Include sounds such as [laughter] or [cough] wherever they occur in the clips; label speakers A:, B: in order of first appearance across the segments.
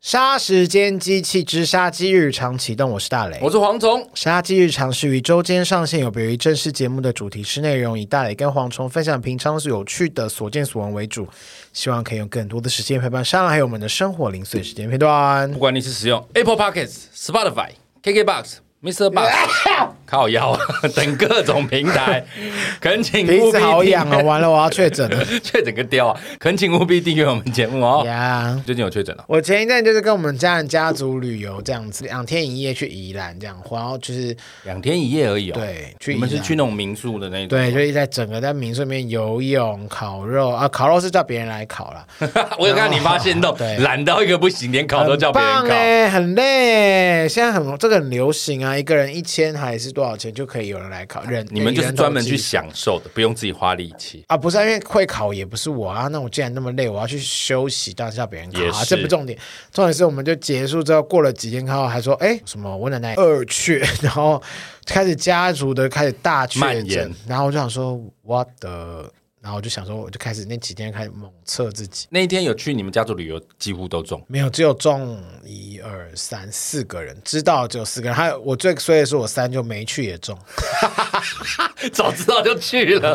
A: 杀时间机器之杀机日常启动，我是大雷。
B: 我是黄总。
A: 杀鸡日常是于周间上线，有别于正式节目的主题式内容，以大磊跟蝗虫分享平常有趣的所见所闻为主，希望可以用更多的时间陪伴上，还有我们的生活零碎时间片段
B: [laughs] 不。管你是使用 Apple Podcasts、Spotify、KKBox、
A: [laughs]
B: Mr. Box、靠腰啊等各种平台，恳请
A: 鼻
B: 务
A: 子
B: 必
A: 好
B: 订
A: 痒哦，完了我要确诊
B: [laughs]
A: 了
B: 确诊个雕啊！恳请务必订阅我们节目哦。
A: 呀
B: 最近有确诊哦了，
A: 我前一阵就是跟我们家人家族旅游这样子，两天一夜去宜兰这样，然后就是
B: 两天一夜而已哦。，
A: 对去
B: 你
A: 宜兰
B: 们是去那种民宿的那种。
A: 对，就一直在整个在民宿里面游泳、烤肉啊，烤肉是叫别人来烤啦。
B: [laughs] 我有看你发现到
A: 对
B: 懒到一个不行，连烤都叫别人
A: 很棒
B: 烤。
A: 欸很累欸。现在很这个很流行啊，一个人一千还是多少钱就可以有人来考人，
B: 你们就是
A: 人头
B: 专门
A: 计
B: 去享受的，不用自己花力气。
A: 啊，不是啊因为会考也不是我啊，那我既然那么累，我要去休息，当然是要别人考
B: 也
A: 啊，
B: 是
A: 这不重点，重点是我们就结束之后，过了几天考，还说哎什么我奶奶二确， [laughs] 然后开始家族的开始大确
B: 蔓
A: 诊
B: 延，
A: 然后我就想说我的，然后我就想说我就开始那几天开始猛测自己。
B: 那一天有去你们家族旅游，几乎都中。
A: 没有，只有中一二三四个人，知道只有四个人。还有我最衰的是我三就没去也 [laughs] 中
B: 早知道就去
A: [laughs]
B: 了。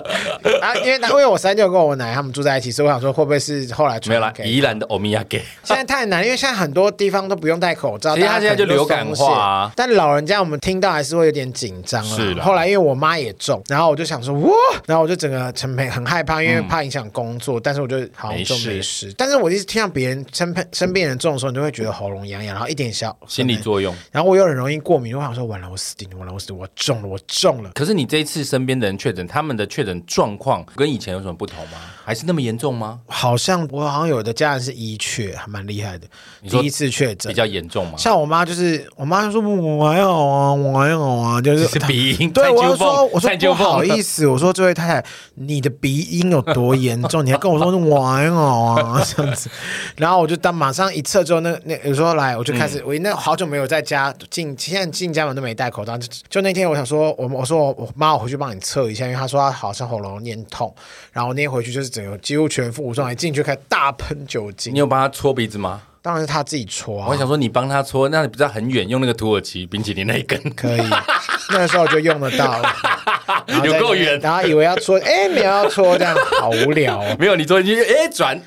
A: 啊，因为因为我三就跟我奶奶他们住在一起，所以我想说会不会是后来
B: 没
A: 传
B: 有啦，
A: 给？
B: 宜兰的欧米亚给。
A: 现在太难，因为现在很多地方都不用戴口罩，
B: 其实
A: 大家
B: 它现在就
A: 可能都
B: 流感
A: 松懈
B: 化啊
A: 但老人家我们听到还是会有点紧张啊。
B: 是啦
A: 后来因为我妈也中，然后我就想说哇，然后我就整个很没很害怕，因为怕影响工作，但是我就好像
B: 没
A: 就
B: 事
A: 没事。但是我一直听到别人身边身边人中的时候，你就会觉得喉咙痒痒，然后一点小
B: 心理作用。
A: 然后我又很容易过敏，我想说完了，我死定了，完了，我死定了，我中了，我中了。
B: 可是你这一次身边的人确诊，他们的确诊状况跟以前有什么不同吗？还是那么严重吗？
A: 好像我好像有的家人是一确，还蛮厉害的，第
B: 说
A: 一次确
B: 比
A: 诊。
B: 较严重吗？
A: 像我妈就是，我妈就说我还好啊，我还好啊，就是
B: [laughs] 是鼻音，
A: 对，
B: 蔡
A: 我
B: 秋
A: 就说，
B: 凤
A: 我说
B: 蔡
A: 不
B: 秋凤
A: 好意思，我说这位太太，你的鼻音有多严重？你还跟我说我还好啊这样子， [laughs] 然后我就当马上一测之后，那那有时候来我就开始，我那好久没有在家进，现在进家门都没戴口罩，就就那天我想说，我我说我我妈我回去帮你测一下，因为她说她好像喉咙有点痛，然后我那天回去就是整个几乎全副武装，一进去开始大喷酒
B: 你
A: 精，
B: 有帮他搓鼻子吗？
A: 当然是她自己搓、
B: 我
A: 啊，
B: 想说你帮他搓，那你不知道很远，用那个土耳其冰淇淋那一根，
A: 可以， [laughs] 那个时候就用得到了。然后在
B: 有够
A: 那边
B: 远。
A: 然后以为要搓，哎、没有要搓，这样 [laughs] 好无聊、哦，
B: 没有，你昨天就
A: [laughs]
B: 哎转，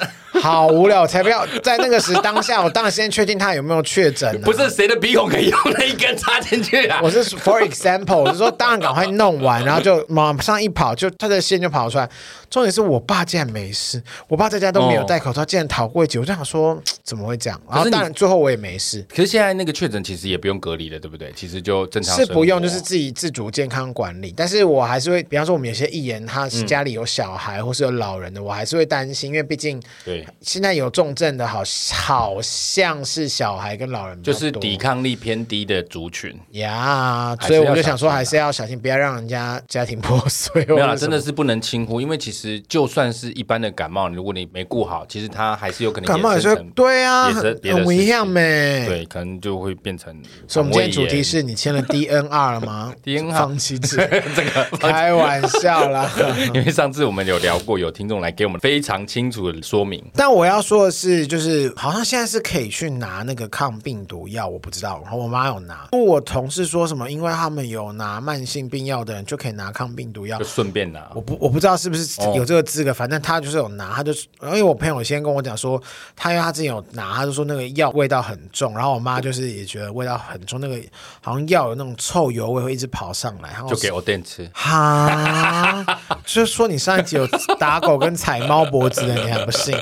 A: 好无聊，才不要在那个时当下，我当然先确定他有没有确诊、啊。
B: 不，是谁的鼻孔可以用那一根插进去啊
A: [laughs] 我？是 for example，我是说当然赶快弄完，然后就马上一跑，就他的线就跑出来。重点是我爸竟然没事，我爸在家都没有戴口罩，竟然逃过一劫，我就想说怎么会这样？然后
B: 哦你
A: 当然最后我也没事。
B: 可是现在那个确诊其实也不用隔离了，对不对？其实就正常
A: 是不用，
B: 生活
A: 就是自己自主健康管理。但是我还是会，比方说我们有些艺人，他是
B: 嗯
A: 家里有小孩或是有老人的，我还是会担心，因为毕竟
B: 对，
A: 现在有重症的好，好像是小孩跟老人比
B: 就
A: 较
B: 是
A: 多
B: 抵抗力偏低的族群。
A: 呀
B: 还是
A: 所以我
B: 要
A: 就想说，
B: 小心啊
A: 还是要小心，不要让人家 [laughs] 家庭破碎。
B: 没有
A: 或
B: 啦，
A: 者什
B: 真
A: 么
B: 的是不能轻忽，因为其实就算是一般的感冒，如果你没顾好，其实它还是有可能
A: 感冒也
B: 衍
A: 是
B: 生
A: 会
B: 成
A: 对啊，
B: 也是
A: 很
B: 别的
A: 很
B: 事
A: 不一
B: 情
A: 样呗。，
B: 对，可能就会变成
A: 所以我们今天主
B: 肠胃
A: 题
B: 炎
A: 是你签了 DNR 了
B: [laughs]
A: 吗
B: DNR
A: 放弃治，
B: [laughs] 这个
A: [laughs]
B: 放
A: 开玩笑
B: [laughs]
A: 啦。 [laughs]
B: 心，因为上次我们有聊过，有听众来给我们非常清楚的说明。
A: 但我要说的是，就是好像现在是可以去拿那个抗病毒药，我不知道。然后我妈有拿，我同事说什么，因为他们有拿慢性病药的人就可以拿抗病毒药
B: 就。顺便拿
A: 啊我，不我不知道是不是
B: 哦
A: 有这个资格，反正他就是有拿，他就是因为我朋友先跟我讲说，他因为他之前有拿，他就说那个药味道很重，然后我妈就是也觉得味道很重，那个好像药有那种臭油味会一直跑上来，然后
B: 就给 o d e n 吃。 [laughs]
A: 哈，就说你上一集有打狗跟踩猫脖子的，你还不
B: [laughs]
A: 信？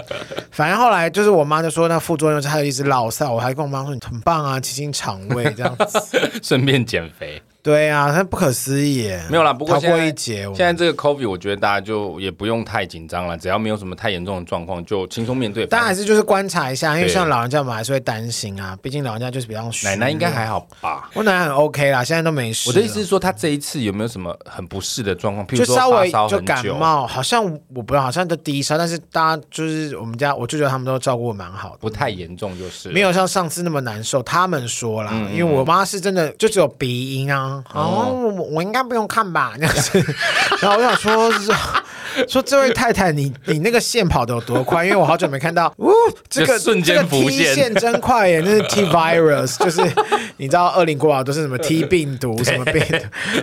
A: 反正后来就是我妈就说那副作用，她就一直落塞，我还跟我妈说你很棒啊，清清肠胃这样
B: [laughs]
A: 子。
B: 顺便减肥，
A: 对啊，她不可思议耶。
B: 没有啦。不过
A: 逃
B: 现
A: 过
B: 在
A: 一劫，我
B: 现在这个 COVID，我觉得大家就也不用太紧张了，只要没有什么太严重的状况，就轻松面对。
A: 当然还
B: 反
A: 是就是观察一下，因为
B: 对
A: 像老人家我们还是会担心啊，毕竟老人家就是比啊较虚
B: 正奶奶应该还好吧？
A: 我奶奶很 OK 啦，现在都没事。啊
B: 我的意思，是说，他这一次有没有什么很不适的状况？譬
A: 就
B: 如说
A: 稍
B: 发
A: 微
B: 烧
A: 就
B: 很
A: 感
B: 久，
A: 冒，好像我不知道，好像都低烧，但是大家就是我们家我舅舅他们都照顾我蛮好的。
B: 不太严重，就是嗯
A: 没
B: 有。
A: 有像上次那么难受，他们说啦，因为我妈是真的就只有哦 [laughs] 鼻音啊，哦，我我应该不用看吧，那样子。然后我想说，是说这位太太，你你那个线跑的有多快？因为我好久没看到，呜，这个
B: 就瞬间
A: 这个 T
B: 浮现
A: 线真快耶，那是
B: [laughs]
A: T virus，就是你知道二零国宝都是什么 T 病毒什么病毒。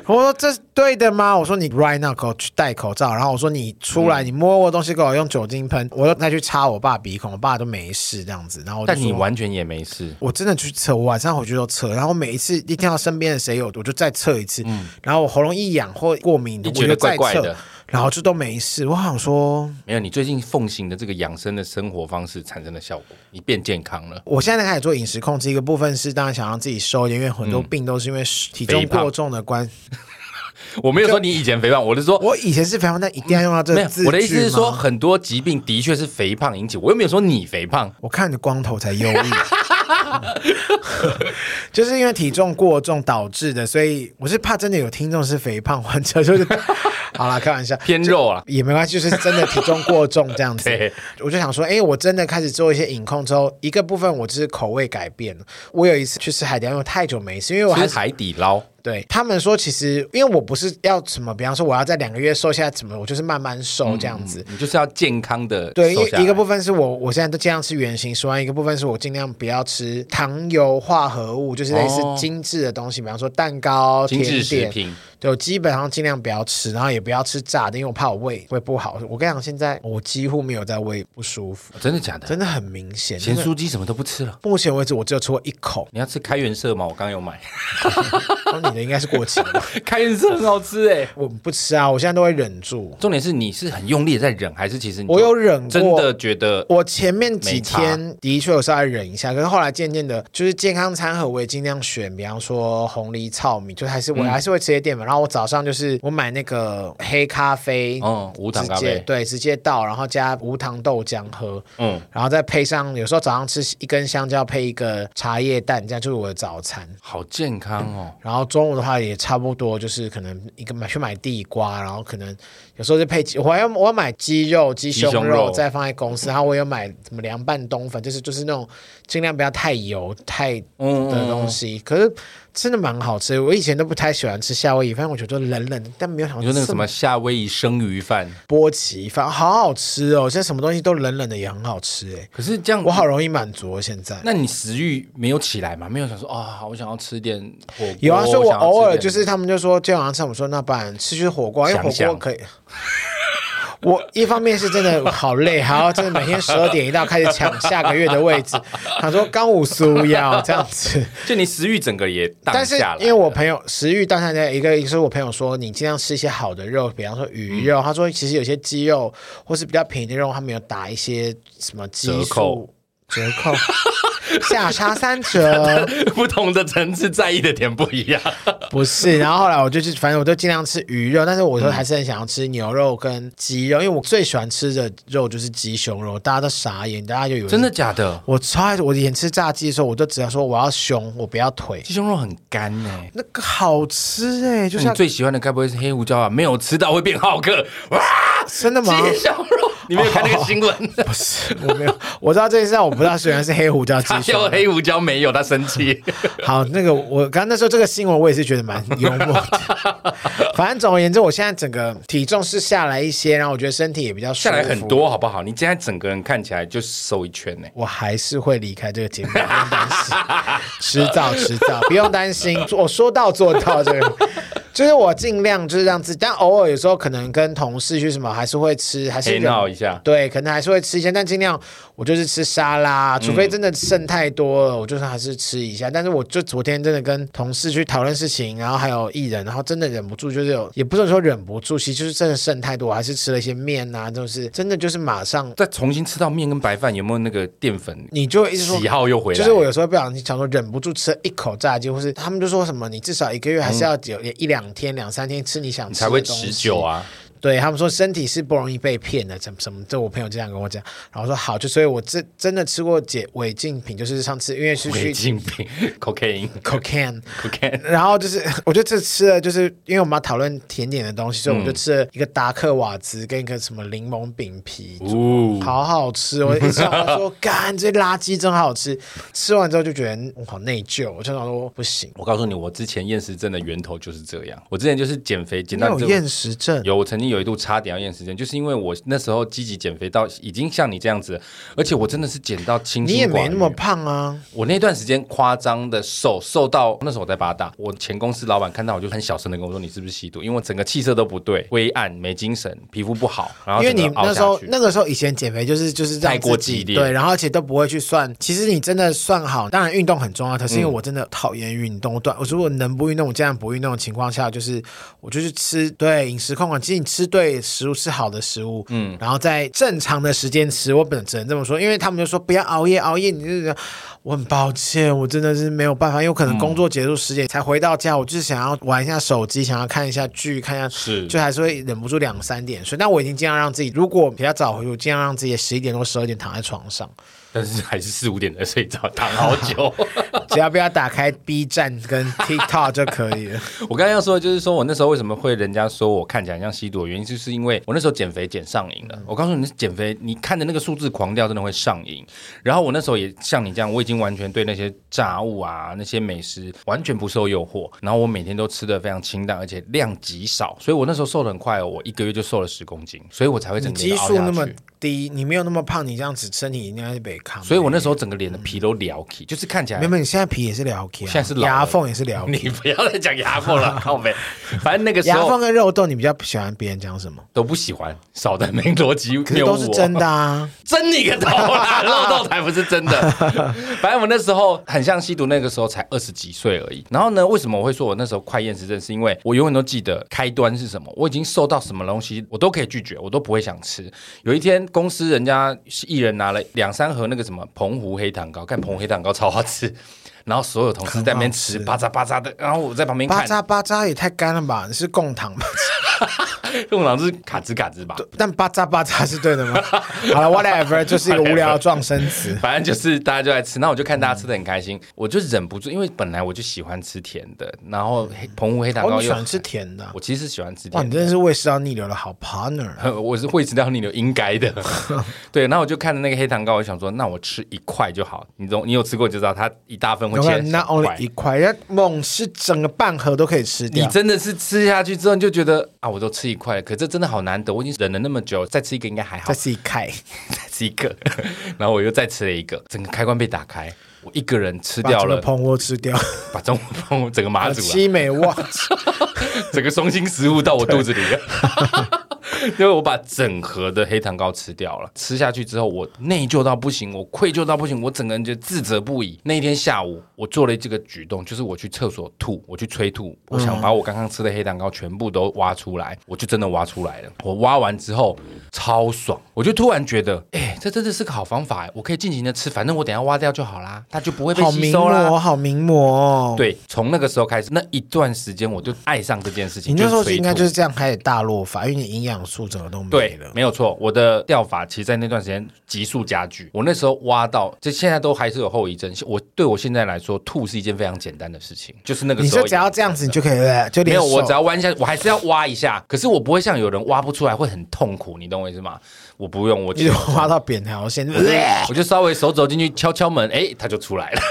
A: 我说这是对的吗？我说你 right now 给我去戴口罩，然后我说你出来，你摸过东西给我用酒精喷，我又再去擦我爸鼻孔，我爸都没事这样子，然后我就
B: 但你
A: 说
B: 完全也没事。
A: 我真的去测，我晚上回去都测，然后每一次一听到身边的谁有，我就再测一次，然后我喉咙一痒或过敏，
B: 嗯你
A: 我
B: 觉
A: 就
B: 得
A: 再测，
B: 怪怪的
A: 然后就都没事。我想说，
B: 没有，你最近奉行的这个养生的生活方式产生的效果，你变健康了。
A: 我现在开始做饮食控制，一个部分是当然想让自己瘦一点，因为很多病都是因为体重
B: 肥胖
A: 过重的
B: 嗯
A: 关。
B: 我没有说你以前肥胖，我是说。
A: 我以前是肥胖，但一定要用到这
B: 没
A: 个
B: 有
A: 字，
B: 我的意思是说，
A: 吗，
B: 很多疾病的确是肥胖引起。我又没有说你肥胖，
A: 我看你的光头才忧
B: [laughs]
A: 郁。就是因为体重过重导致的，所以我是怕真的有听众是肥胖患者，就是好啦，开玩笑，
B: 偏肉啊，
A: 也没关系，就是真的体重过重这样子
B: [laughs] 对。
A: 我就想说，哎、我真的开始做一些饮控之后，一个部分我就是口味改变了。我有一次去吃海底捞，因为我太久没吃，因为我
B: 吃
A: 还是。
B: 海底捞。
A: 对他们说，其实因为我不是要什么，比方说我要在两个月瘦下来，怎么我就是慢慢瘦这样子。
B: 你就是要健康的
A: 对，
B: 嗯瘦下来
A: 一一个部分是我我现在都尽量吃原形食物，一个部分是我尽量不要吃糖油化合物，就是类似
B: 哦
A: 精致的东西，比方说蛋糕、
B: 精致
A: 甜
B: 食
A: 点，
B: 品，
A: 对，我基本上尽量不要吃，然后也不要吃炸的，因为我怕我胃会不好。我跟你讲，现在我几乎没有在胃不舒服，
B: 哦真的假的？
A: 真的很明显。
B: 咸
A: 真的
B: 酥鸡什么都不吃了。，
A: 目前为止我只有吃过一口
B: 你要吃开元社吗？我刚刚有买， [laughs]
A: 然后你的应该是过期了吧。
B: 开元社很好吃哎、
A: 我不吃啊，我现在都会忍住。
B: 重点是你是很用力的在忍，还是其实你就
A: 我有忍过，
B: 真的觉得
A: 我前面几
B: 没差
A: 天的确有稍微忍一下，可是后来渐渐的，就是健康餐盒我也尽量选，比方说红梨糙米，就还
B: 嗯
A: 是我、还是会吃些淀粉。然后我早上就是我买那个黑咖啡，
B: 嗯无糖咖
A: 直接
B: 啡，
A: 对，直接倒，然后加无糖豆浆喝，
B: 嗯，
A: 然后再配上有时候早上吃一根香蕉配一个茶叶蛋，这样就是我的早餐。
B: 好健康哦。
A: 然后中午的话也差不多，就是可能一个买去买地瓜，然后可能有时候就配鸡，我还要我要买鸡肉、鸡胸
B: 鸡胸
A: 肉
B: 肉
A: 再放在公司，然后我有买什么凉拌冬粉，就是就是那种尽量不要太油太
B: 嗯
A: 的东西。可是真的蛮好吃，我以前都不太喜欢吃夏威夷，反正我觉得冷冷的，但没有想到
B: 你说那个
A: 这
B: 什么夏威夷生鱼饭，
A: 波奇饭好好吃哦，现在什么东西都冷冷的也很好吃哎，
B: 可是这样
A: 我好容易满足哦现在。
B: 那你食欲没有起来吗？没有想说啊、好我想要吃点火锅。
A: 有啊，所以我
B: 想要吃
A: 偶尔
B: 点
A: 就是他们就说今天晚上吃，我说那不然吃去火锅，因为火
B: 想想
A: 锅可以。 [laughs] 我一方面是真的好累，还要真的每天十二点一到开始抢下个月的位
B: [laughs]
A: 置，想说刚五苏要这样子。
B: 就你食欲整个也荡
A: 但是
B: 下来了。
A: 因为我朋友食欲到现在一个，一个是我朋友说你尽量吃一些好的肉，比方说鱼
B: 嗯
A: 肉，他说其实有些鸡肉或是比较便宜的肉，他们有打一些什么激
B: 折
A: 素
B: 扣
A: 折扣 [laughs] 下杀三
B: [laughs]
A: 折。
B: 不同的层次在意的点不一
A: [laughs]
B: 样。
A: 不是，然后后来我就去，反正我都尽量吃鱼肉，但是我都还是很想要吃牛肉跟鸡肉，因为我最喜欢吃的肉就是鸡胸肉，大家都傻眼，大家就以为
B: 真的假的？
A: 我超爱，我以前吃炸鸡的时候，我就只要说我要胸，我不要腿，
B: 鸡胸肉很干呢、
A: 那个好吃哎、就
B: 就是你
A: 像
B: 最喜欢的该不会是黑胡椒啊吧？没有吃到会变好客哇！
A: 真的吗？
B: 鸡胸肉，你没有看那个新闻？
A: 不是，我没有，我知道这件事，啊但我不知道虽然是黑胡椒鸡
B: 他
A: 胸
B: 叫
A: 肉。
B: [laughs] 黑胡椒没有，他生气。
A: 好，那个我刚刚那时候这个新闻我也是觉得蛮幽默的。 [laughs] 反正总而言之，我现在整个体重是下来一些，然后我觉得身体也比较舒
B: [laughs] 下来
A: 服
B: 很多好不好？你现在整个人看起来就瘦一圈呢、
A: 我还是会离开这个节目，不用担心，迟早迟早，不用担心， [laughs] 我说到做到这个。就是我尽量就是让自己，但偶尔有时候可能跟同事去什么，还是会吃，还是
B: 黑
A: 忍
B: 闹一下。
A: 对，可能还是会吃一些，但尽量我就是吃沙拉，
B: 嗯
A: 除非真的剩太多了，我就是还是吃一下。但是我就昨天真的跟同事去讨论事情，然后还有艺人，然后真的忍不住，就是有也不是说忍不住，其实就是真的剩太多，我还是吃了一些面啊，就是真的就是马上
B: 再重新吃到面跟白饭，有没有那个淀粉
A: 你就会一直说
B: 喜好又回来？
A: 就是我有时候不小心想说忍不住吃了一口炸鸡，或是他们就说什么你至少一个月还是要有一两天、两三天吃你想
B: 你
A: 吃
B: 才会
A: 的东西
B: 持久。啊。
A: 对他们说身体是不容易被骗的，什么什么，这我朋友这样跟我讲，然后说好，就所以我这真的吃过解违禁品，就是上次因为是
B: [laughs] 违
A: 去 [laughs]
B: 禁品，cocaine，cocaine。
A: cocaine。然后就是，我就这吃了，就是因为我们要讨论甜点的东西，所以
B: 嗯
A: 我就吃了一个达克瓦兹跟一个什么柠檬饼皮，
B: 哦，
A: 好好吃，
B: [laughs]
A: 我一上来说，干这垃圾真好吃。吃完之后就觉得嗯好内疚，我就想说不行，
B: 我告诉你，我之前厌食症的源头就是这样。我之前就是减肥减
A: 你
B: 到
A: 有
B: 这个
A: 厌食症，
B: 有，我曾经经有一度差点要厌食症，就是因为我那时候积极减肥到已经像你这样子，而且我真的是减到清
A: 你
B: 心
A: 也
B: 寡
A: 没那
B: 欲
A: 么胖啊，
B: 我那段时间夸张的瘦，瘦到那时候我在八大，我前公司老板看到我就很小声的跟我说：“你是不是吸毒？”因为我整个气色都不对，灰暗、没精神、皮肤不好，然后
A: 因为你
B: 整个凹
A: 那时
B: 下
A: 候
B: 去。
A: 那个时候以前减肥就是就是让
B: 太过
A: 自己
B: 激烈
A: 对，然后而且都不会去算。其实你真的算好，当然运动很重要，可是
B: 嗯
A: 因为我真的讨厌运动，我断我如果能不运动，我尽量不运动的情况下，就是我就是吃对饮食控管，其实你吃对食物，吃好的食物，嗯，然后在正常的时间吃，我本只能这么说，因为他们就说不要熬夜，熬夜你就是。我很抱歉，我真的是没有办法，因为我可能
B: 嗯
A: 工作结束十点才回到家，我就是想要玩一下手机，想要看一下剧，看一下
B: 是
A: 就还是会忍不住两三点睡。但我已经尽量让自己，如果比较早回去，我尽量让自己十一点多、十二点躺在床
B: [laughs]
A: 上，
B: 但是还是四五点才睡着，躺好久。
A: 只要不要打开 B 站跟 TikTok 就可以了。
B: [laughs] 我刚刚要说的就是说我那时候为什么会人家说我看起来像吸毒的原因，就是因为我那时候减肥减上瘾
A: 嗯
B: 了。我告诉你，减肥你看着那个数字狂掉，真的会上瘾。然后我那时候也像你这样，我已经完全对那些炸物啊、那些美食完全不受诱惑。然后我每天都吃的非常清淡，而且量极少，所以我那时候瘦的很快、哦，我一个月就瘦了十公斤，所以我才会整
A: 你
B: 个人
A: 基
B: 凹
A: 数
B: 下 [laughs]
A: 那么
B: 去
A: 低，你没有那么胖，你这样子身体应该是被扛。
B: 所以我那时候整个脸的皮都撩起，就是看起来
A: 没有，没有，你现在皮也是聊 K，、啊、
B: 现在是老了
A: 牙缝也是聊 K，
B: [laughs] 你不要再讲牙缝了，靠背。反正那个时
A: [laughs] 牙缝
B: 候
A: 跟肉痘，你比较喜欢别人讲什么？
B: 都不喜欢，少的没逻辑，
A: 可是
B: 谬误
A: 都是
B: 我 [laughs]
A: 真的啊，
B: 真你个头啦！漏洞才不是真的。反正我那时候很像吸毒，那个时候才二十几岁而已。然后呢，为什么我会说我那时候快厌食症？是因为我永远都记得开端是什么，我已经受到什么东西，我都可以拒绝，我都不会想吃。有一天，公司人家艺人拿了两三盒那个什么澎湖黑糖糕，看澎湖黑糖糕超好吃。 [laughs] 然后所有同事在那边吃，
A: 很
B: 巴扎巴扎的，然后我在旁边
A: 巴 [laughs]
B: 看，
A: 扎巴扎也太干了吧？你是共糖吧？ [laughs]
B: 用脑是卡吱卡吱吧，
A: 但巴扎巴扎是对的
B: [laughs]
A: 吗？好了，whatever，就是一个无聊的撞生词。
B: 反正就是大家就在吃，那我就看大家吃的很开心，我就忍不住，因为本来我就喜欢吃甜的，然后黑澎湖黑糖
A: 我、
B: 糕
A: 哦、你喜
B: 又
A: 欢吃，甜的啊、
B: 我其实喜欢吃
A: 哇，
B: 甜
A: 你
B: 的。
A: 真的是胃食道逆流的好 partner。啊
B: [laughs] 我是会知道你有应该的，
A: [laughs]
B: [laughs] 对，然后我就看着那个黑糖糕，我想说，那我吃一块就好。你懂，你有吃过就知道，它一大份会
A: 我
B: 切
A: 看那
B: 成小
A: only
B: 块
A: 一。啊块，人家猛是整个半盒都可以吃
B: 你
A: 掉。
B: 真的是吃下去之后，你就觉得啊，我都吃一块了，可这真的好难得，我已经忍了那么久，再吃一个应该还好
A: 再。自己开，
B: 再吃一个， [laughs] 然后我又再吃了一个，整个开关被打开，我一个人吃掉
A: 把整个
B: 了，
A: 蜂窝吃掉，
B: 把中 [laughs] 风整个马祖、啊、
A: 七美
B: [laughs]
A: 哇，
B: 整个松心食物到我肚子里了。 [laughs] 因为我把整盒的黑糖糕吃掉了，吃下去之后，我内疚到不行，我愧疚到不行，我整个人就自责不已。那一天下午，我做了这个举动，就是我去厕所吐，我去催吐，我想把我刚刚吃的黑糖糕全部都挖出来，我就真的挖出来了。我挖完之后超爽，我就突然觉得，哎、这真的是个好方法，我可以尽情的吃，反正我等一下挖掉就好啦，它就不会被
A: 好
B: 吸
A: 名
B: 收啦。
A: 模，好名模、哦。，
B: 对，从那个时候开始，那一段时间我就爱上这件事
A: 你
B: 情。
A: 那时候
B: 是
A: 应该
B: 催吐
A: 就是这样开始大落法，因为你营养素整个都没
B: 对
A: 了，。
B: 没有错。我的掉法其实，在那段时间急速加剧。我那时候挖到，这现在都还是有后遗症。我对我现在来说，吐是一件非常简单的事情，就是那个
A: 你
B: 时候
A: 就只要这样子，你就可以了，就
B: 没
A: 连
B: 有，我只
A: 手
B: 要弯下，我还是要挖一下。可是我不会像有人挖不出来会很痛苦，你懂我意思吗？我不用，我
A: 你
B: 就
A: 就挖到扁呃桃腺。
B: [laughs] 我就稍微手走进去敲敲门，哎，它就出来 [laughs] 了。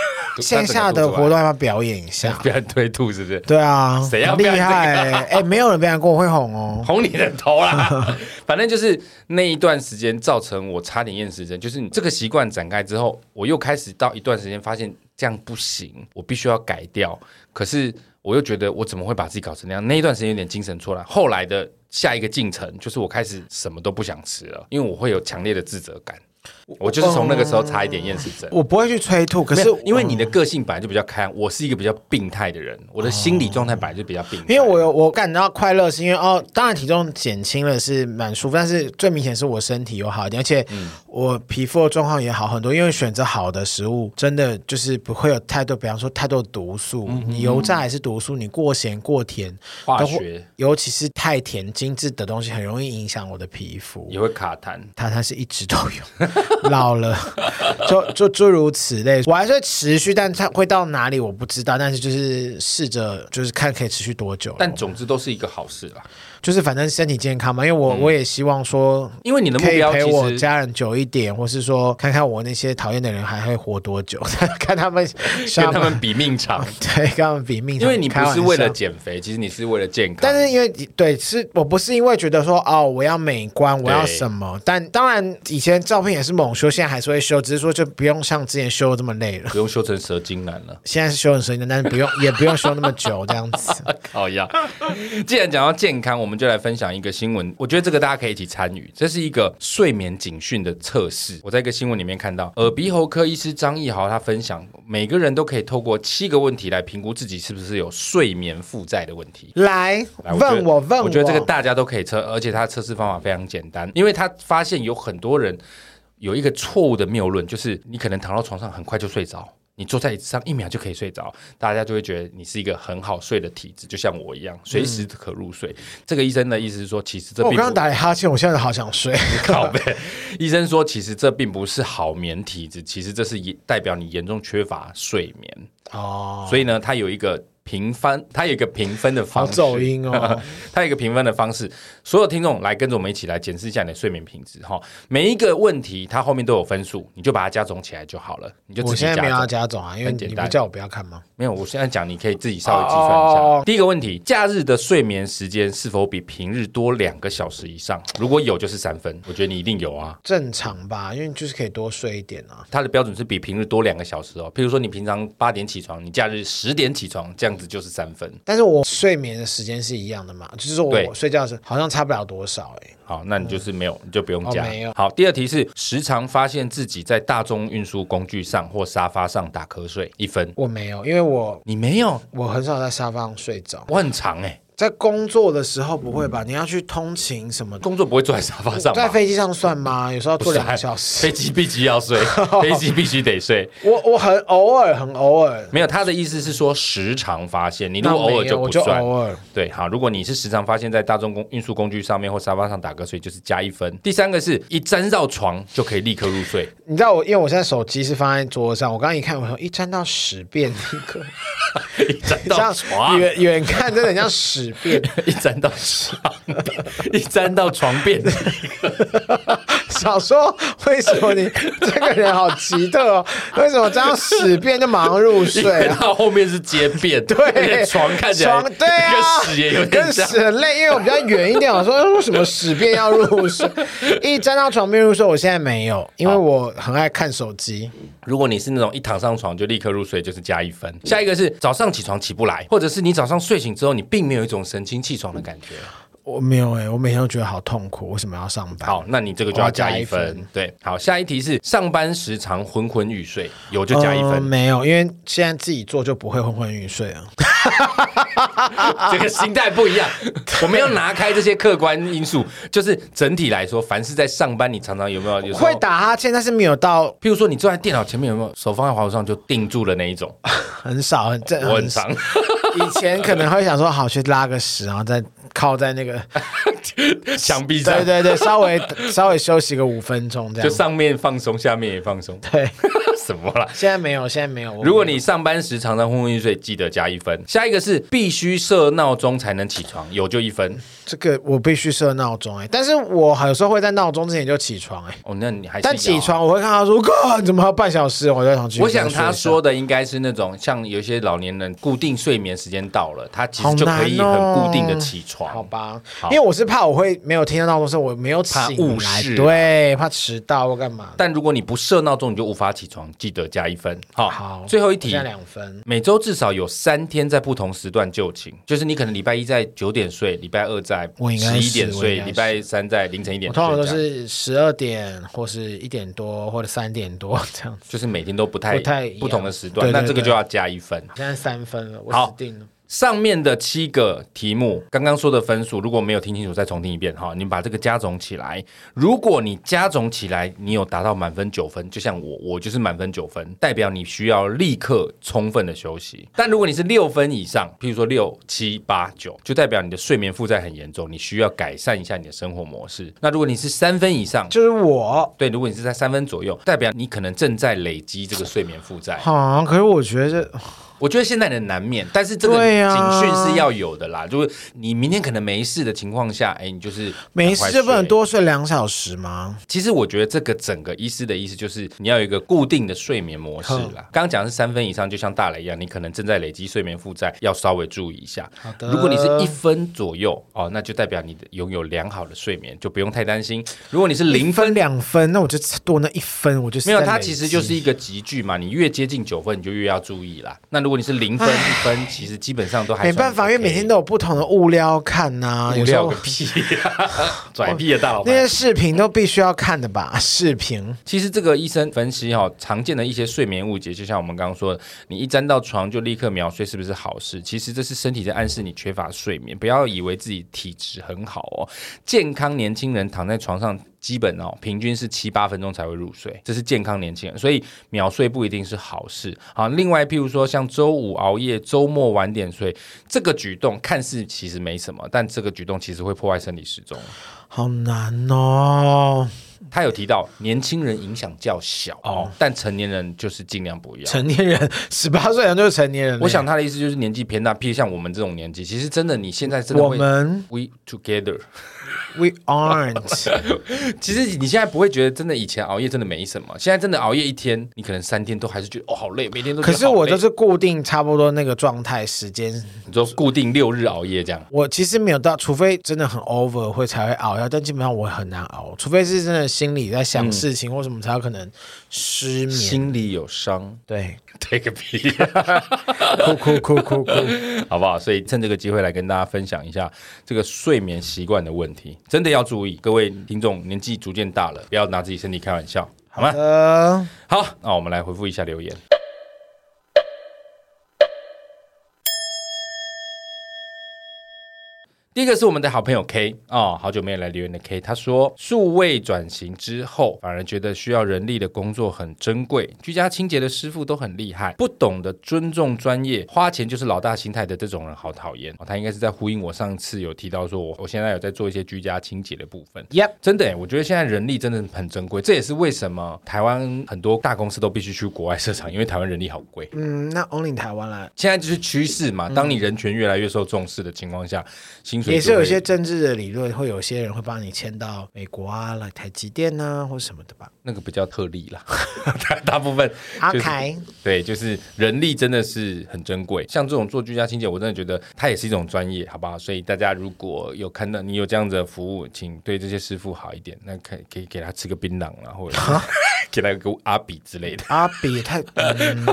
A: 线下的活
B: 动
A: 动要不要表演一下？
B: [laughs] 不要推吐是不是？
A: 对啊，
B: 谁要
A: 很厉
B: 表演这个
A: 害、欸？哎、没有人表演过我会红哦。
B: 红你的头啦！反正就是那一段时间造成我差点厌食症，就是你这个习惯展开之后，我又开始到一段时间发现这样不行，我必须要改掉。可是我又觉得我怎么会把自己搞成那样？那一段时间有点精神错乱。后来的下一个进程就是我开始什么都不想吃了，因为我会有强烈的自责感。我就是从那个时候差一点厌食症。
A: 我不会去催哦吐，可是
B: 没有因为你的个性本来就比较开朗，我是一个比较病态的人，我的心理状态本来就比较病态。
A: 哦因为我有我感到快乐，是因为哦，当然体重减轻了是蛮舒服，但是最明显是我身体有好一点，而且
B: 嗯
A: 我皮肤的状况也好很多。因为选择好的食物，真的就是不会有太多，比方说太多毒素，你油炸也是毒素，你过咸过甜，
B: 嗯化
A: 都会
B: 学
A: 尤其是太甜精致的东西，很容易影响我的皮肤。
B: 也会卡痰。
A: 它它是一直都有， [laughs] 老了，就就诸如此类。我还是会持续，但它会到哪里我不知道，但是就是试着就是看可以持续多久。
B: 但总之都是一个好事啦，
A: 就是反正身体健康嘛，因为我、我也希望说
B: 因嗯为你的目
A: 可以
B: 标
A: 陪我
B: 其实。
A: 家人久一点，或是说看看我那些讨厌的人还会活多久， [laughs] 看他们
B: 跟
A: 像
B: 他们比命长，
A: [laughs] 对跟他们比命，
B: 因为你不
A: 开玩
B: 是为了
A: 笑。
B: 减肥，其实你是为了健康。
A: 但是因为对，是我不是因为觉得说哦，我要美观，我要什
B: 嗯
A: 么？但当然，以前照片也是猛修，现在还是会修，只是说就不用像之前修的这么累了。
B: 不用修成蛇精男了。
A: 现在是修很神经，但是不
B: [laughs]
A: 用也不用修那么久这样子。
B: 好呀，哦 [laughs] 既然讲到健康，我们就来分享一个新闻。我觉得这个大家可以一起参与，这是一个睡眠警讯的测试。我在一个新闻里面看到，耳鼻喉科医师张义豪他分享，每个人都可以透过七个问题来评估自己是不是有睡眠负债的问题。
A: 来
B: 来觉得
A: 问我问
B: 我觉得这个大家都可以测，而且他测试方法非常简单，因为他发现有很多人有一个错误的谬论，就是你可能躺到床上很快就睡着。你坐在椅子上一秒就可以睡着，大家就会觉得你是一个很好睡的体质，就像我一样，随时可入睡。这个医生的意思是说，其实
A: 嗯
B: 这
A: 哦我
B: 并
A: 刚刚
B: 不
A: 打了哈欠，我现在好想睡。
B: 靠背。 [laughs] 医生说，其实这并不是好眠体质，其实这是也代表你严重缺乏睡眠。
A: 哦，
B: 所以呢，它有一个评分，它有一个评分的
A: 好
B: 方式。
A: 走音哦。
B: 它有一个评分的方式，所有听众来跟着我们一起来检视一下你的睡眠品质哈。每一个问题它后面都有分数，你就把它加总起来就好了，你 [laughs] 就
A: 我
B: 自己
A: 现在没有
B: 加
A: 要加
B: 总。
A: 总啊，因为
B: 很简
A: 你不
B: 单
A: 叫我不要看吗？
B: 没有，我现在讲你可以自己稍微计算一下。
A: 哦
B: 第一个问题，假日的睡眠时间是否比平日多两个小时以上？如果有就是三分，我觉得你一定有啊。
A: 正常吧，因为就是可以多睡一点啊。
B: 它的标准是比平日多两个小时哦。譬如说你平常八点起床，你假日十点起床，这样子就是三分。
A: 但是我睡眠的时间是一样的嘛，就是说
B: 对
A: 我睡觉的时候好像差不了多少哎、
B: 好，那你就是没有，你就不用加。
A: 哦没有
B: 好，第二题是时常发现自己在大众运输工具上或沙发上打瞌睡，一分。
A: 我没有，因为我
B: 你没有，
A: 我很少在沙发上睡着，
B: 我很长哎、
A: 在工作的时候不会吧？你要去通勤什么的，
B: 工嗯作不会坐在沙发上
A: 在
B: 吧？
A: 飞机上算吗？有时候要
B: 不
A: 坐
B: 是
A: 两个小时
B: 飞。机必须要
A: [laughs]
B: 睡，飞机必须得睡。
A: 我我很偶尔，很偶尔。
B: 没有，他的意思是说时常发现，你如
A: 那
B: 果偶尔
A: 没有
B: 不
A: 我就
B: 算。
A: 偶尔，
B: 对，好，如果你是时常发现在大众公运输工具上面或沙发上打瞌睡，就是加一分。第三个是一沾到床就可以立刻入睡， [laughs]
A: 你知道我，因为我现在手机是放在桌上，我刚刚一看，我说一沾到屎便立刻，
B: 一沾
A: 这
B: 到
A: 样
B: 床
A: 远远看真的很像屎
B: [laughs]
A: 便，
B: 一沾到床边，一沾到床
A: [laughs]
B: 边，
A: 想说为什么你这个人好奇特哦？为什么沾到屎便就马上入
B: 因
A: 睡
B: 为 [laughs]
A: 啊？
B: 它后面是街边，而且
A: [laughs] 对，
B: 床看起来
A: 床对啊，
B: 跟屎也有点
A: 跟
B: 像。
A: 屎很累，因为我比较远一点，我说呃为什么屎便要入睡？ [laughs] 一沾到床边入睡，我现在没有，因为我很爱看手机。
B: 如果你是那种一躺上床就立刻入睡，就是加一分。下一个是早上起床起不来，或者是你早上睡醒之后，你并没有一种神清气爽的感觉。
A: 我没有哎、我每天都觉得好痛苦，为什么要上班？
B: 好，那你这个就要加一
A: 我
B: 分。
A: 要加一分
B: 对，好，下一题是上班时常昏昏欲睡，有就加一
A: 呃
B: 分。
A: 没有，因为现在自己做就不会昏昏欲睡啊。
B: 这个心态不一
A: [laughs]
B: 样，我们要拿开这些客观因素，就是整体来说，凡是在上班，你常常有没有有时候
A: 会打哈欠，但是没有到
B: 譬如说，你坐在电脑前面有没有手放在滑鼠上就定住了那
A: [laughs]
B: 一种？
A: 很少，很正
B: 我
A: [laughs]
B: 很常
A: 以前可能会想说，好去拉个屎，然后再靠在那
B: [laughs]
A: 个，
B: 墙壁上
A: 对，对对，稍微稍微休息个五分钟这
B: 就
A: 样。
B: 上面放松，下面也放
A: [laughs]
B: 松，
A: 对，
B: 什么啦？
A: 现在没有，现在没有。我
B: [laughs] 如果你上班时常常昏昏欲睡，记得加一分。下一个是必须设闹钟才能起床，有就一分。
A: 这个我必须设闹钟哎，但是我有时候会在闹钟之前就起床哎、
B: 哦，那你还是
A: 但起
B: 要。
A: 床我会看到说，哥，怎么还有半小时？我在想去。
B: 我想他说的应该是那种像有些老年人固定睡眠时间到了，他其实就可以
A: 好难
B: 很
A: 哦
B: 固定的起床。
A: 好吧，
B: 好
A: 因为我是怕我会没有听到闹钟声，我没有
B: 怕
A: 醒
B: 误
A: 来，
B: 事啊
A: 对，怕迟到或干嘛。
B: 但如果你不设闹钟，你就无法起床，记得加一分。好，
A: 好，
B: 最后一题
A: 现在，两分。
B: 每周至少有三天在不同时段就寝，就是你可能礼拜一在九点睡，礼拜二在
A: 我应
B: 十
A: 该是
B: 一点
A: 我应
B: 睡，
A: 该是
B: 礼拜三在凌晨一点
A: 我
B: 睡
A: 通
B: 这样。
A: 常都是十二点或是一点多或者三点多这样子，
B: 就是每天都不太
A: 不太一样
B: 同的时段，
A: 对对
B: 那这个就要加一分。
A: 现在三分了，我
B: 好
A: 死定了。
B: 上面的七个题目，刚刚说的分数，如果没有听清楚，再重听一遍哈。你把这个加总起来，如果你加总起来，你有达到满分九分，就像我，我就是满分九分，代表你需要立刻充分的休息。但如果你是六分以上，譬如说六、七、八、九，就代表你的睡眠负债很严重，你需要改善一下你的生活模式。那如果你是三分以上，
A: 就是我。
B: 对，如果你是在三分左右，代表你可能正在累积这个睡眠负债。
A: 啊，可是我觉得这
B: 我觉得现在人难免，但是这个
A: 对
B: 警
A: 啊
B: 讯是要有的啦。就是你明天可能没事的情况下，哎，你就是
A: 没
B: 赶
A: 事
B: 快
A: 就不能
B: 睡。
A: 多睡两小时吗？
B: 其实我觉得这个整个医师的意思就是你要有一个固定的睡眠模式啦。刚刚讲的是三分以上，就像大雷一样，你可能正在累积睡眠负债，要稍微注意一下。
A: 好的
B: 如果你是一分左右哦，那就代表你的拥有良好的睡眠，就不用太担心。如果你是零
A: 零
B: 分
A: 分两分，那我就多那一分，我就是
B: 没有，
A: 在
B: 它
A: 累嗯
B: 其实
A: 积
B: 就是一个集聚嘛，你越接近九分，你就越要注意啦。那如果你是零分、一分，其实基本上都还
A: 没办法，因为每天
B: 都
A: 都有不同的物料看呐、
B: 无
A: 有时
B: 聊
A: 候
B: 个屁、啊， [laughs] 拽屁的大老
A: 那些
B: 板。
A: 视频都必须要看的吧？视频
B: 其实这个医生分析哈、常见的一些睡眠误解，就像我们刚刚说的，你一沾到床就立刻秒睡，是不是好事？其实这是身体在暗示你缺乏睡眠，不要以为自己体质很好哦。健康年轻人躺在床上。基本哦，平均是七八分钟才会入睡，这是健康年轻人，所以秒睡不一定是好事。好，另外譬如说像周五熬夜、周末晚点睡，这个举动看似其实没什么，但这个举动其实会破坏生理时钟。
A: 好难哦，
B: 他有提到年轻人影响较小哦，但成年人就是尽量不要。
A: 成年人 [laughs] 十八岁人就是成年人了。
B: 我想他的意思就是年纪偏大，譬如像我们这种年纪，其实真的你现在真的
A: 我
B: 会
A: 们
B: we together， [laughs]
A: we aren't
B: 其实你现在不会觉得真的以前熬夜真的没什么，现在真的熬夜一天，你可能三天都还是觉得哦好累，每天都觉
A: 可
B: 得
A: 是
B: 好
A: 我
B: 累
A: 就是固定差不多那个状态时间，
B: 你说固定六日熬夜这样。
A: 我其实没有到，除非真的很 over 会才会熬夜，但基本上我很难熬，除非是真的心里在想事情、或什么才有可能失眠。
B: 嗯心里有伤，
A: 对，
B: take a 屁， [laughs]
A: 哭哭哭哭哭，
B: 好不好？所以趁这个机会来跟大家分享一下这个睡眠习惯的问题，真的要注意。各位听众年纪逐渐大了，不要拿自己身体开玩笑，好吗？
A: 呃，
B: 好，那我们来回复一下留言。第一个是我们的好朋友 K 哦，好久没有来留言的 K，他说数位转型之后，反而觉得需要人力的工作很珍贵，居家清洁的师傅都很厉害，不懂得尊重专业，花钱就是老大心态的这种人好讨厌、哦。他应该是在呼应我上次有提到说，我我现在有在做一些居家清洁的部分，
A: Yep
B: 真的耶，我觉得现在人力真的很珍贵，这也是为什么台湾很多大公司都必须去国外设厂，因为台湾人力好贵。
A: 嗯，那 only 台湾啦，
B: 现在就是趋势嘛，当你人权越来越受重视的情况下，薪
A: 嗯
B: 水
A: 也是有一
B: 就会
A: 些政治的理论，会有些人会帮你迁到美国啊、来台积电呐、啊、或什么的吧。
B: 那个比较特例啦， [laughs] 大大部分
A: 阿
B: 就是
A: 凯，
B: 对，就是人力真的是很珍贵。像这种做居家清洁，我真的觉得它也是一种专业，好不好？所以大家如果有看到你有这样子的服务，请对这些师傅好一点，那可以可以给他吃个槟榔啊，或者是 [laughs] 给他个阿比之类的，
A: 阿比也太、嗯，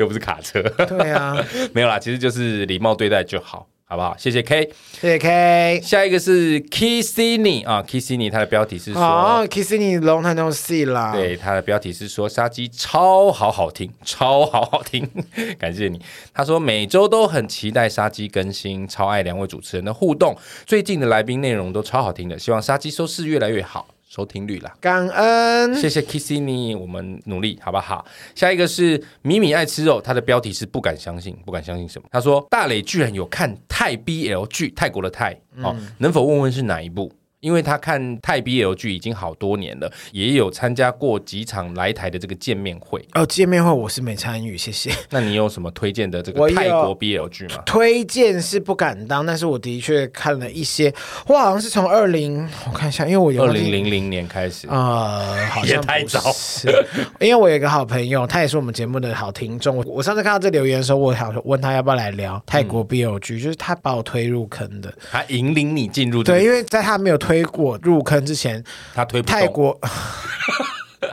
B: 又不是卡车。
A: 对
B: [laughs]
A: 啊，
B: 没有啦，其实就是礼貌对待就好，好不好？谢谢 K。
A: 谢谢 K。
B: 下一个是 Kissini 啊，Kissini，它的标题是说。
A: 哦，Kissing 你 long time no see 啦。
B: 对，它的标题是说杀鸡超好好听， [laughs] 超好好听， [laughs] 感谢你。他说每周都很期待杀鸡更新，超爱两位主持人的互动，最近的来宾内容都超好听的，希望杀鸡收视越来越好，收听率啦。
A: 感恩
B: 谢谢 Kissini，我们努力好不好？下一个是米米爱吃肉，它的标题是不敢相信，不敢相信什么？他说大磊居然有看泰 BL 剧，泰国的泰哦，能否问问是哪一部？因为他看泰 BL 剧已经好多年了，也有参加过几场来台的这个见面会。
A: 哦，见面会我是没参与，谢谢。
B: 那你有什么推荐的这
A: 我
B: 个
A: 有
B: 泰国 BL 剧吗？
A: 推荐是不敢当，但是我的确看了一些，我好像是从二零，我看一下，因为我有
B: 嗯二零零零年开始，
A: 呃，好像
B: 也太早
A: 不是， [laughs] 因为我有一个好朋友，他也是我们节目的好听众。我我上次看到这留言的时候，我想问他要不要来聊泰国 BL
B: 嗯
A: 剧，就是他把我推入坑的。
B: 他引领你进入这个
A: 对，因为在他没有推我入坑之前，
B: 他推不动
A: 泰国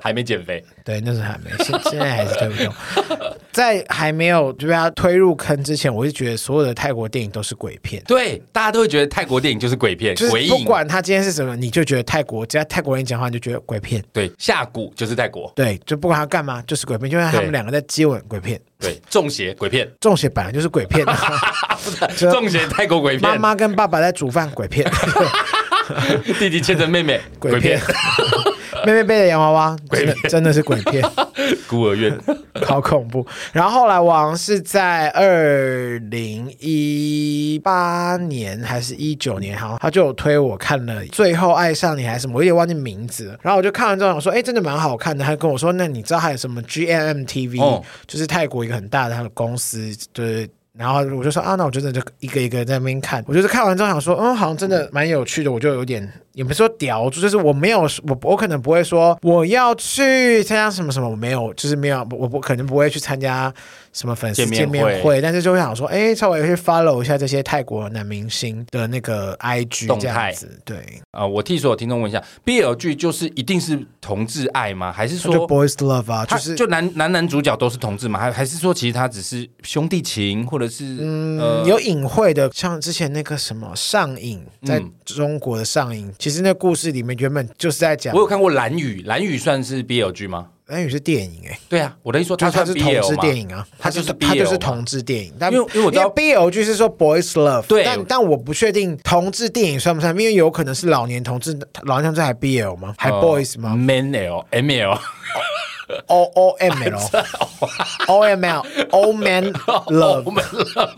B: 还没减肥，
A: [laughs] 对，那时候还没，现现在还是推不动。 [laughs] 在还没有就被他推入坑之前，我就觉得所有的泰国电影都是鬼片。
B: 对，大家都会觉得泰国电影就是鬼片、
A: 就
B: 鬼
A: 是不
B: 影，
A: 管他今天是什么，你就觉得泰国，只要泰国人讲话，你就觉得鬼片。
B: 对，下蛊就是泰国，
A: 对，就不管他干嘛，就是鬼片。就算他们
B: 对
A: 两个在接吻，鬼片。
B: 对，中邪鬼片，
A: 中邪本来就是鬼片、就
B: 中邪泰国鬼
A: 妈
B: 片，
A: 妈跟爸爸在煮饭，鬼片。
B: 弟弟牵着
A: [laughs]
B: 妹妹，鬼片，，
A: 妹妹背着洋娃娃，真的真的是鬼片，
B: 孤儿院， [laughs]
A: 好恐怖。然后后来我好像是在二零一八年还是一九年，好像他就有推我看了《最后爱上你》还是什么，我有点忘记名字了。然后我就看完之后想说，哎，真的蛮好看的。他跟我说，那你知道还有什么 GMM TV，、
B: 哦
A: 就是泰国一个很大的他的公司，对。然后我就说啊，那我真的就一个一个在那边看。我就是看完之后想说，嗯，好像真的蛮有趣的，我就有点也不是说屌住，就是我没有，我我可能不会说我要去参加什么什么，我没有，就是没有，我我可能不会去参加什么粉丝
B: 见面
A: 见面
B: 会
A: 会，但是就会想说，哎，稍微去 follow 一下这些泰国男明星的那个 IG
B: 动
A: 这
B: 态
A: 样子，对，
B: 啊、我替所有听众问一下，BL 剧就是一定是同志爱吗？还是
A: 就
B: 说
A: boys love 啊，
B: 他
A: 就是
B: 就男男男主角都是同志吗？还还是说其实他只是兄弟情，或者是嗯、
A: 嗯，有隐晦的，像之前那个什么上瘾，在
B: 嗯
A: 中国的上瘾，其实那故事里面原本就是在讲
B: 我，有看过《蓝雨》，《蓝雨》算是 BL 剧吗？
A: 那也是电影哎、
B: 对啊，我的意思说
A: 就是
B: 算
A: 它是同
B: BL
A: 志
B: 嘛？
A: 电影啊，它
B: 它就
A: 它
B: 是
A: 就
B: BL 嘛
A: 是同志电影，但
B: 因为因为我知道
A: BL 剧是说 boys love，
B: 对
A: 但但我不确定同志电影算不算，因为有可能是老年同志，老年同志还 BL 吗？还
B: 哦
A: boys
B: [laughs]
A: 吗
B: 呃？Man L M L [laughs]
A: ？O O M L O M L O
B: [laughs]
A: Man Love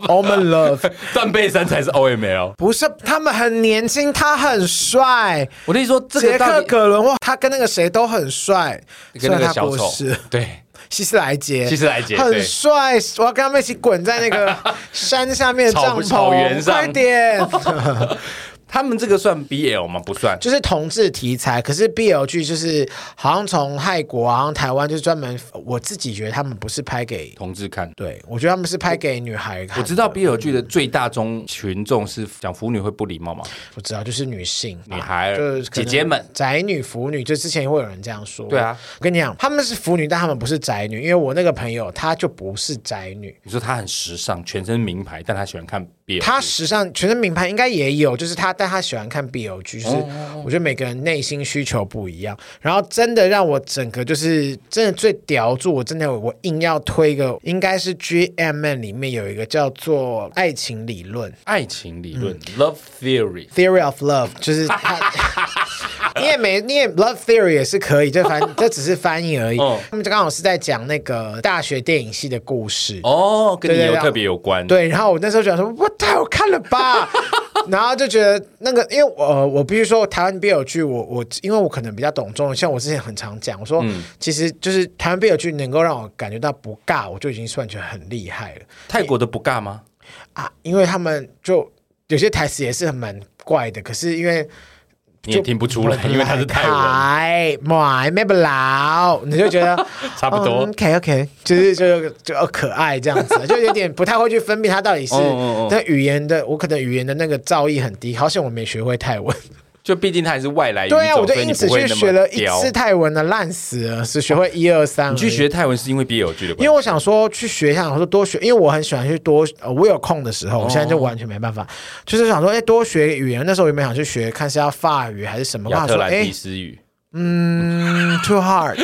A: O Man Love。
B: 断背山才是 O M L。
A: 不是，他们很年轻，他很帅。
B: 我的意思说这
A: 杰
B: 个到
A: 克·
B: 底
A: 葛伦哇，他跟那个谁都很帅，
B: 跟
A: 虽
B: 那个
A: 然他
B: 小
A: 不
B: 丑
A: 是
B: 对。
A: 希斯莱杰，
B: 希斯莱杰对
A: 很帅，我要跟他们一起滚在那
B: [laughs]
A: 个山下面的
B: 草
A: 帐
B: 草原
A: 篷，
B: 上
A: 快点！ [laughs]
B: [laughs] 他们这个算 BL 吗？不算，
A: 就是同志题材，可是 BL 剧就是好像从泰国，好像台湾就是专门，我自己觉得他们不是拍给，
B: 同志看。
A: 对我觉得他们是拍给女孩看
B: 我
A: 的，
B: 知道 BL 剧的最大宗群众是讲腐女会不礼貌嘛，
A: 我知道就是女性
B: 女孩
A: 就是可
B: 呃姐
A: 能
B: 姐们，
A: 宅女、腐女，就之前会有人这样说。
B: 对啊，
A: 我跟你讲，他们是腐女，但他们不是宅女，因为我那个朋友她就不是宅女。
B: 你说她很时尚，全身名牌，但她喜欢看 BL 剧。
A: 她时尚全身名牌应该也有，就是她，但她喜欢看 BL 剧，就是
B: 哦
A: 我觉得每个人内心需求不一样。然后真的让我整个就是真的最屌住，我真的我硬要推一个，应该是 GMN 里面有一个叫做爱情理论
B: 爱情理论、（Love Theory）。
A: Theory of Love，就是他。
B: [laughs]
A: 你也没，你也 Love Theory 也是可以，这翻这只是翻译而已。
B: 哦
A: 他们刚好是在讲那个大学电影系的故事。
B: 哦，跟你
A: 对对
B: 有
A: 对
B: 特别有关。
A: 对，然后我那时候就想说，我太好看了
B: [laughs]
A: 吧，然后就觉得那个，因为我、呃我必须说，台湾 BL 剧，我我因为我可能比较懂中文，像我之前很常讲，我说、
B: 嗯
A: 其实就是台湾 BL 剧能够让我感觉到不尬，我就已经算觉得很厉害了
B: 泰国的不尬吗？
A: 啊，因为他们就有些台词也是很蛮怪的，可是因为。
B: 你也听不出来，因为他是泰文，
A: 台买卖不了，你就觉得
B: 差不多
A: OK OK，就是就就哦可爱这样子，就有点不太会去分辨它到底是
B: 哦哦哦
A: 那语言的，我可能语言的那个造诣很低，好险我没学会泰文。
B: 就毕竟他还是外来语种，
A: 对啊，我就
B: 所以
A: 因
B: 你
A: 此
B: 不会
A: 去
B: 那么
A: 学了一
B: 刁
A: 次泰文的，烂死了，只学会一二三。
B: 你去学泰文是因为 BL 剧的关
A: 因为我想说去学一下，想说多学，因为我很喜欢去多，呃、我有空的时候，我现在就完全没办法，就是想说，哎，多学语言。那时候有没有想去学，看是要法语还是什么？
B: 系。
A: 我
B: 亚
A: 想
B: 特
A: 说，
B: 兰
A: 哎
B: 蒂，斯语，
A: 嗯，too hard。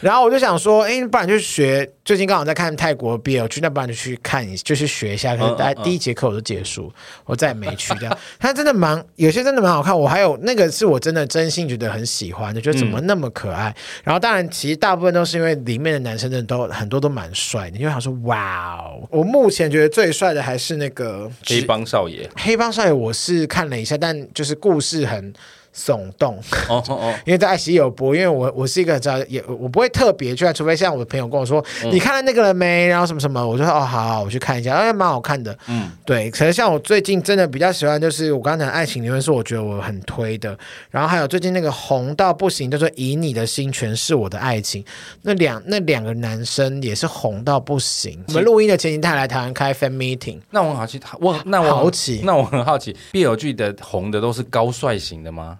A: 然后我就想说，哎，不然就学。最近刚好在看泰国 BL 剧，那不然就去看一，就去学一下。可
B: 嗯嗯
A: 是大家第一节课我就结束，我再也没去。这样，它真的蛮有些真的蛮好看。我还有那个是我真的真心觉得很喜欢的，觉得怎么那么可爱。然后当然，其实大部分都是因为里面的男生真的都很多都蛮帅的，因为他说哇哦，我目前觉得最帅的还是那个
B: 黑帮少爷。
A: 黑帮少爷，我是看了一下，但就是故事很耸动。
B: 哦哦哦，
A: 因为在爱奇艺有播，因为我我是一个知道也我不会特别去看，啊除非像我的朋友跟我说、
B: 嗯
A: 你看了那个了没，然后什么什么，我就说哦好好，我去看一下，哎蛮好看的，嗯，对。可能像我最近真的比较喜欢就是我刚才的爱情理论是我觉得我很推的，然后还有最近那个红到不行，叫做以你的心诠释我的爱情，那两那两个男生也是红到不行。我们录音的前几天他来台湾开 fan meeting，
B: 那我很好奇，他我那我很
A: 好奇
B: 那我很好奇，BL 剧的红的都是高帅型的吗？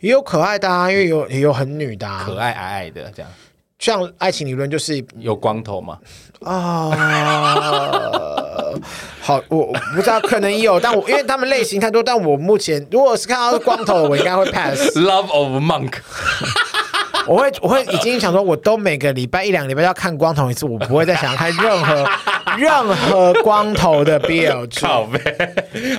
A: 也有可爱的啊，因为有也有很女的、啊，
B: 可爱矮矮的这样，
A: 像爱情理论就是
B: 有光头嘛？
A: 啊、好，我我不知道，可能也有，但我因为他们类型太多，但我目前如果是看到光头，我应该会 pass，
B: [laughs] Love of [laughs] Monk，
A: [laughs] 我会我会已经想说，我都每个礼拜一两个礼拜要看光头一次，我不会再想看任何任何光头的 BL 剧。
B: 靠背。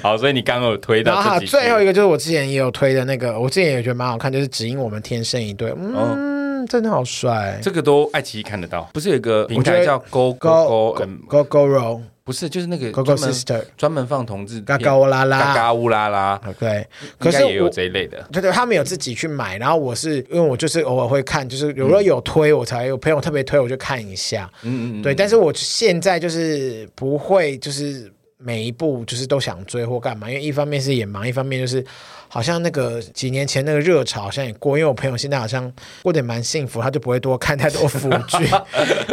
B: 好，所以你刚刚有推
A: 然后
B: 到
A: 还有
B: 这几句
A: 最后一个就是我之前也有推的那个，我之前也觉得蛮好看，就是指引我们天生一对，嗯，真的好帅。
B: 哦这个都爱奇艺看得到，不是有一个平
A: 我觉
B: 台
A: 得
B: 叫 Go Go
A: Go
B: Go，嗯，
A: Go Go Roll
B: 不是，就是那个
A: Go Go
B: 专门
A: Sister
B: 专门放同志
A: 嘎
B: 片
A: 嘎乌拉
B: 嘎
A: 拉，
B: 嘎乌拉拉，
A: 对。可
B: 应该
A: 是
B: 也有
A: 我
B: 这一类的。
A: 对对，他们有自己去买，然后我是因为我就是偶尔会看，就是有时候有推我才有朋友特别推我就看一下，
B: 嗯嗯嗯，
A: 对。但是我现在就是不会就是。每一部就是都想追或干嘛，因为一方面是也忙，一方面就是好像那个几年前那个热潮好像也过，因为我朋友现在好像过得蛮幸福，他就不会多看太多腐
B: [laughs]
A: 剧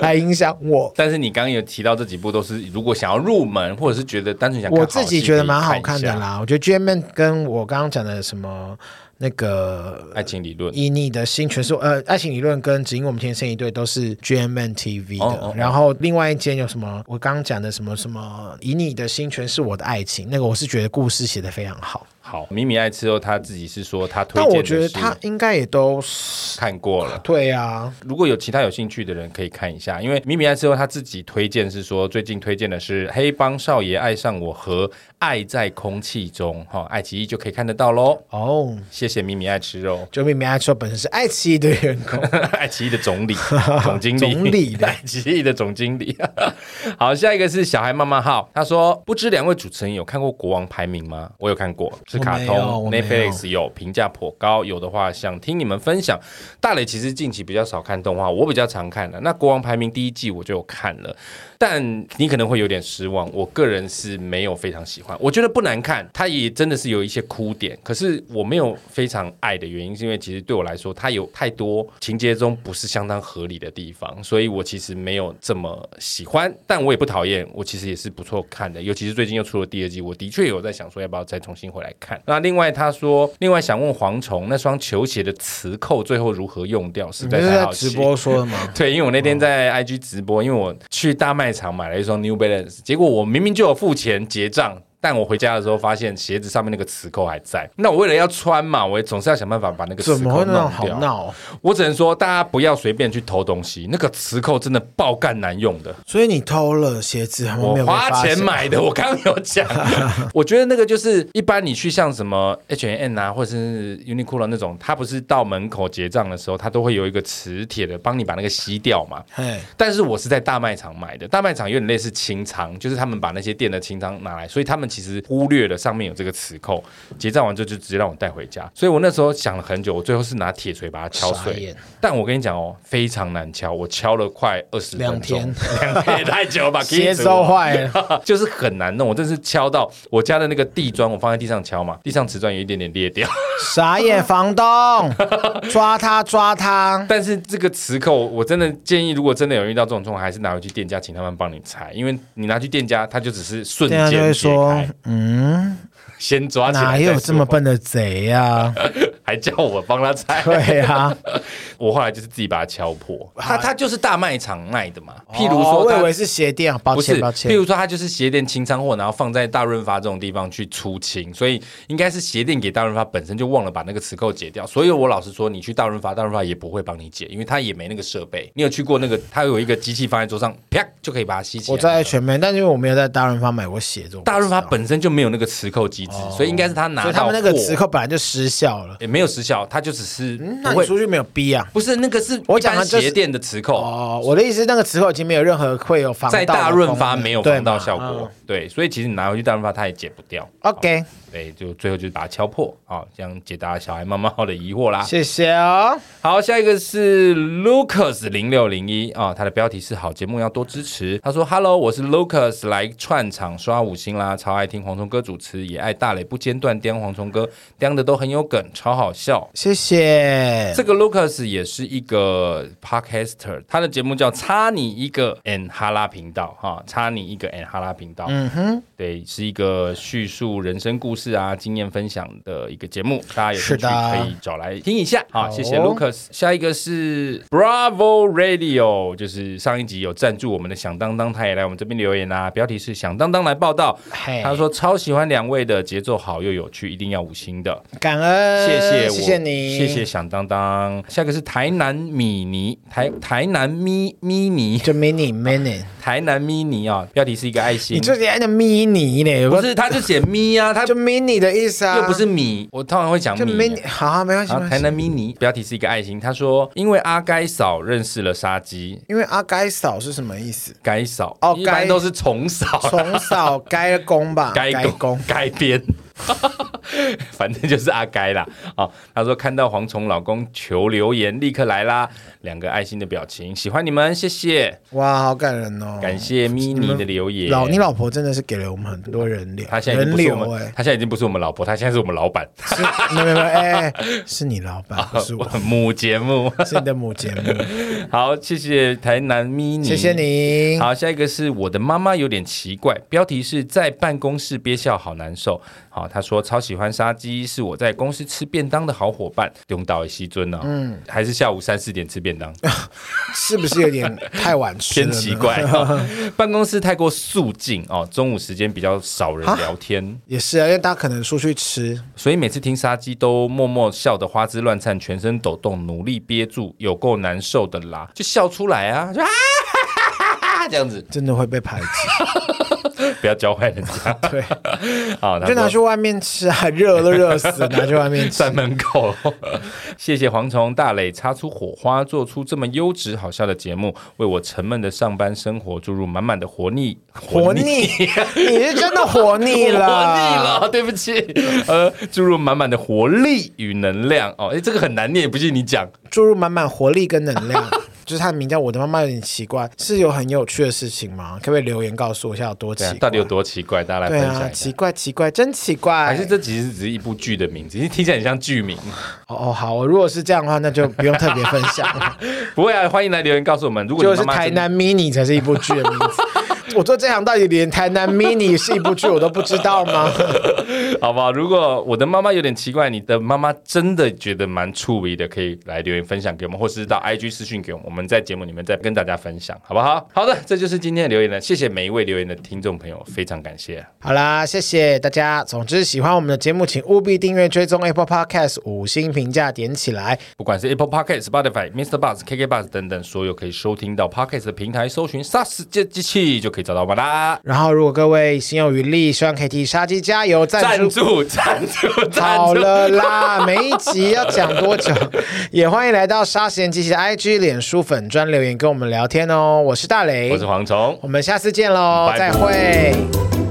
A: 来影响我。
B: 但是你刚刚有提到这几部都是，如果想要入门或者是觉得单纯想看
A: 我
B: 好戏
A: 自己觉得蛮好
B: 可以
A: 看
B: 一
A: 的
B: 下。
A: 啦，我觉得 G M 跟我刚刚讲的什么那个
B: 爱情理论，
A: 以你的心全是呃，爱情理论跟只因我们天生一对都是 GMN TV 的，
B: 哦哦哦
A: 然后另外一间有什么？我刚刚讲的什么什么？以你的心全是我的爱情，那个我是觉得故事写的非常好，
B: 好，米米爱吃肉，他自己是说他推
A: 但
B: 荐的
A: 我觉得
B: 是
A: 他应该也都是
B: 看过了。
A: 对啊，
B: 如果有其他有兴趣的人可以看一下，因为米米爱吃肉他自己推荐是说最近推荐的是《黑帮少爷爱上我》和《爱在空气中》哈、爱奇艺就可以看得到喽。
A: 哦。，
B: 谢谢米米爱吃肉
A: 就明明爱说本身是爱奇艺的员工，
B: [laughs] 爱奇艺的总
A: [laughs]
B: 理、总经理、
A: 总理
B: [laughs] 爱奇艺的总经理。 [laughs] 好，下一个是小孩妈妈号，他说不知两位主持人有看过《国王排名》吗？我有看过，是卡
A: 我没有
B: 通
A: 我没有
B: ，Netflix 有评价颇高，有的话想听你们分享。大磊其实近期比较少看动画，我比较常看的。那《国王排名》第一季我就有看了，但你可能会有点失望。我个人是没有非常喜欢，我觉得不难看，它也真的是有一些哭点，可是我没有非常爱的原因，是因为其实对我来说，它有太多情节中不是相当合理的地方，所以我其实没有这么喜欢，但我也不讨厌，我其实也是不错看的。尤其是最近又出了第二季，我的确有在想说要不要再重新回来看。那另外他说，另外想问蝗虫那双球鞋的磁扣最后如何用掉，实
A: 你
B: 在
A: 这是
B: 太
A: 在
B: 好奇
A: 直。播说的 [laughs] 吗？
B: 对，因为我那天
A: 哦
B: 在 IG 直播，因为我去大卖场买了一双 New Balance，结果我明明就有付钱结账。但我回家的时候发现鞋子上面那个磁扣还在，那我为了要穿嘛，我也总是要想办法把那个磁
A: 怎
B: 扣
A: 么会
B: 弄
A: 那种好
B: 掉。
A: 闹？
B: 我只能说，大家不要随便去偷东西，那个磁扣真的爆干难用的。
A: 所以你偷了鞋子，他们没
B: 我
A: 有被
B: 花
A: 发
B: 钱
A: 现
B: 买的，我刚刚有
A: [laughs]
B: 讲。我觉得那个就是一般你去像什么 H&M 啊，或者是 Uniqlo 那种，它不是到门口结账的时候，它都会有一个磁铁的帮你把那个吸掉嘛。
A: 嘿，
B: 但是我是在大卖场买的，大卖场有点类似清仓，就是他们把那些店的清仓拿来，所以他们其实忽略了上面有这个磁扣，结账完之后就直接让我带回家。所以我那时候想了很久，我最后是拿铁锤把它敲
A: 傻
B: 碎
A: 眼。
B: 但我跟你讲哦，非常难敲，我敲了快二十
A: 两
B: 分钟
A: 天，
B: 两天也太久了吧，
A: [laughs] 鞋
B: 子
A: 子都坏了。
B: [laughs] 就是很难弄。我真是敲到我家的那个地砖，我放在地上敲嘛，地上瓷砖有一点点裂掉。
A: [laughs] 傻眼房
B: [laughs]
A: 东，抓他抓他！
B: 但是这个磁扣，我真的建议，如果真的有遇到这种状况，还是拿回去店家，请他们帮你拆，因为你拿去店家，他就只是瞬
A: 店家
B: 间
A: 啊就会
B: 解
A: 说
B: 开，：“
A: 嗯，
B: 先抓起来，
A: 哪有这么？笨的贼
B: [laughs]
A: 呀、？
B: 还叫我帮他拆
A: 对啊呀、
B: 我后来就是自己把它敲破。他他就是大卖场卖的嘛， [laughs] 譬如
A: 哦
B: 说
A: 我
B: 他
A: 以为是鞋垫，抱
B: 不
A: 歉
B: 是，
A: 抱
B: 譬
A: 歉
B: 如。说它就是鞋店清仓货，然后放在大润发这种地方去出清，所以应该是鞋店给大润发本身就忘了把那个磁扣解掉。所以我老实说，你去大润发，大润发也不会帮你解，因为他也没那个设备。你有去过那个，它有一个机器放在桌上，啪就可以把它吸起来。
A: 我在全面，但是因为我没有在大润发买过鞋子，我不知道
B: 大润发本身就没有那个磁扣机制，哦所以应该是他拿
A: 啊所
B: 到
A: 以他们那个
B: 货
A: 磁扣本来就失效了。嗯
B: 也没有时效，它就只是不
A: 那你
B: 会。
A: 出去没有逼啊？
B: 不是那个是
A: 我
B: 一般
A: 讲的就是
B: 鞋店的磁扣，
A: 哦，我的意思，那个磁扣已经没有任何会有防盗
B: 在
A: 的
B: 大润发
A: 功能
B: 没有
A: 对
B: 防盗
A: 嘛
B: 效果
A: 嗯，
B: 对，所以其实你拿回去大润发它也解不掉。
A: OK，
B: 对，哎就最后就是把它敲破啊、好这样解答小孩妈妈号的疑惑啦。
A: 谢谢哦。
B: 好，下一个是 Lucas 零六零一啊，他的标题是好节目要多支持。他说：“Hello，我是 Lucas，来串场刷五星啦，超爱听蝗虫哥主持，也爱大磊不间断颠蝗虫哥，颠的都很有梗，超好好笑。
A: 谢谢
B: 这。个 Lucas 也是一个 podcaster，他的节目叫“差你一个 and 哈拉频道”哈，差你一个 and 哈拉频道，
A: 嗯哼，
B: 对，是一个叙述人生故事啊、经验分享的一个节目，大家有兴
A: 是
B: 趣
A: 的
B: 可以找来听一下。好，
A: 好
B: 谢谢 Lucas。下一个是 Bravo Radio，就是上一集有赞助我们的响当当，他也来我们这边留言啊，标题是“响当当来报道”。
A: 嘿，
B: 他说超喜欢两位的节奏好又有趣，一定要五星的。
A: 感恩，
B: 谢谢我，
A: 谢谢你，
B: 谢谢。响当当。下一个是台南米妮，台台南咪咪妮， [laughs]
A: 就 mini mini，
B: 台南咪妮啊、标题是一个爱心
A: 你，这里按的 mini 嘞，有
B: 不
A: 个
B: 是，他就写咪啊，他
A: 就 mini 的意思啊，
B: 又不是米，我通常会讲
A: 就
B: 米
A: mini，。好啊，没关系，
B: 然
A: 没
B: 后
A: 关
B: 台
A: 系
B: 南咪妮，标题是一个爱心，他说因为阿该嫂认识了杀鸡，
A: 因为阿该嫂是什么意
B: [laughs]
A: 思？
B: 该嫂
A: 哦
B: 一般
A: 该
B: 都是虫嫂，
A: 从嫂啊该公吧，
B: [laughs] 该
A: 公
B: 公，该编， [laughs] 反正就是阿该啦。哦，他说看到蝗虫老公求留言，立刻来啦，两个爱心的表情，喜欢你们，谢谢，
A: 哇，好感人哦，
B: 感谢咪妮的留言。
A: 老你老婆真的是给了我们很多人流，
B: 他现在已
A: 人
B: 经不是
A: 流
B: 我们
A: 哎，，
B: 他现在已经不是我们老婆，他现在是我们老板，
A: 是 [laughs] 没有没有没有哎，是你老板，不
B: [laughs]
A: 是我，
B: 母节目。
A: 是你的母
B: [laughs]
A: 节目，
B: 好，谢谢台南咪妮，
A: 谢谢。你。
B: 好，下一个是我的妈妈有点奇怪，标题是在办公室憋笑好难受。好，她说超喜欢杀鸡，是我在公司吃便当的好伙伴，用到的西尊呢、嗯，还是下午三四点吃便当，
A: 是不是有点太晚吃了
B: 偏
A: 呢？
B: 奇怪、办公室太过肃静哦，中午时间比较少人聊天，
A: 也是啊，因为大家可能出去吃，
B: 所以每次听杀鸡都默默笑得花枝乱颤，全身抖动，努力憋住，有够难受的啦，就笑出来啊，就啊哈哈哈哈这样子，
A: 真的会被排
B: [laughs]
A: 挤。
B: 不要教坏人家。
A: 对，
B: 好，她
A: 就拿
B: 说
A: 去外面吃啊，热都热死了，拿去外 [laughs] 面吃
B: [laughs] 在。门口。 [laughs] 谢谢蝗虫大磊擦出火花，做出这么优质好笑的节目，为我沉闷的上班生活注入满满的活力。
A: 活腻，你是真的活腻
B: [laughs]
A: 了，
B: 活力了，对不起，呃，注入满满的活力与能量哦，哎，这个很难念，不信你讲，
A: 注入满满活力跟能量。 [laughs] 就是它的名叫我的妈妈有点奇怪，是有很有趣的事情吗？可不可以留言告诉我一下有多奇
B: 对啊
A: 怪？
B: 到底有多奇怪？大家来
A: 对
B: 分
A: 啊，
B: 享一
A: 奇
B: 下。
A: 怪奇怪，真奇怪。
B: 还是这其实只是一部剧的名字，因为听起来很像剧名。
A: 哦哦好，如果是这样的话，那就不用特别分享
B: [laughs]
A: 了。 [laughs]
B: 不会啊，欢迎来留言告诉我们，如果
A: 就
B: 你
A: 是
B: 妈妈
A: 台
B: 真的
A: 南 mini 才是一部剧的名字。我做这行到底连台南 [laughs] mini 是一部剧我都不知道吗？ [laughs]
B: [laughs] 好不好？如果我的妈妈有点奇怪，你的妈妈真的觉得蛮触鼻的，可以来留言分享给我们，或是到 IG 私讯给我们，我们在节目里面再跟大家分享，好不好？好的，这就是今天的留言了，谢谢每一位留言的听众朋友，非常感谢。
A: 好啦，谢谢大家。总之，喜欢我们的节目，请务必订阅、追踪 Apple Podcast，五星评价点起来。
B: 不管是 Apple Podcast、Spotify、Mr. Buzz、KK Buzz 等等所有可以收听到 Podcast 的平台，搜寻“杀死这机器”就可以找到我们啦。
A: 然后，如果各位心有余力，希望可以替杀鸡加油赞
B: 赞
A: 助。
B: 助，赞助，赞
A: 好
B: 助！
A: 了 [laughs] 啦，每一集要讲多久？也欢迎来到沙时间机器的 IG、脸书粉专留言跟我们聊天哦。我是大雷，
B: 我是蝗虫，
A: 我们下次见喽，
B: 拜拜
A: 再会。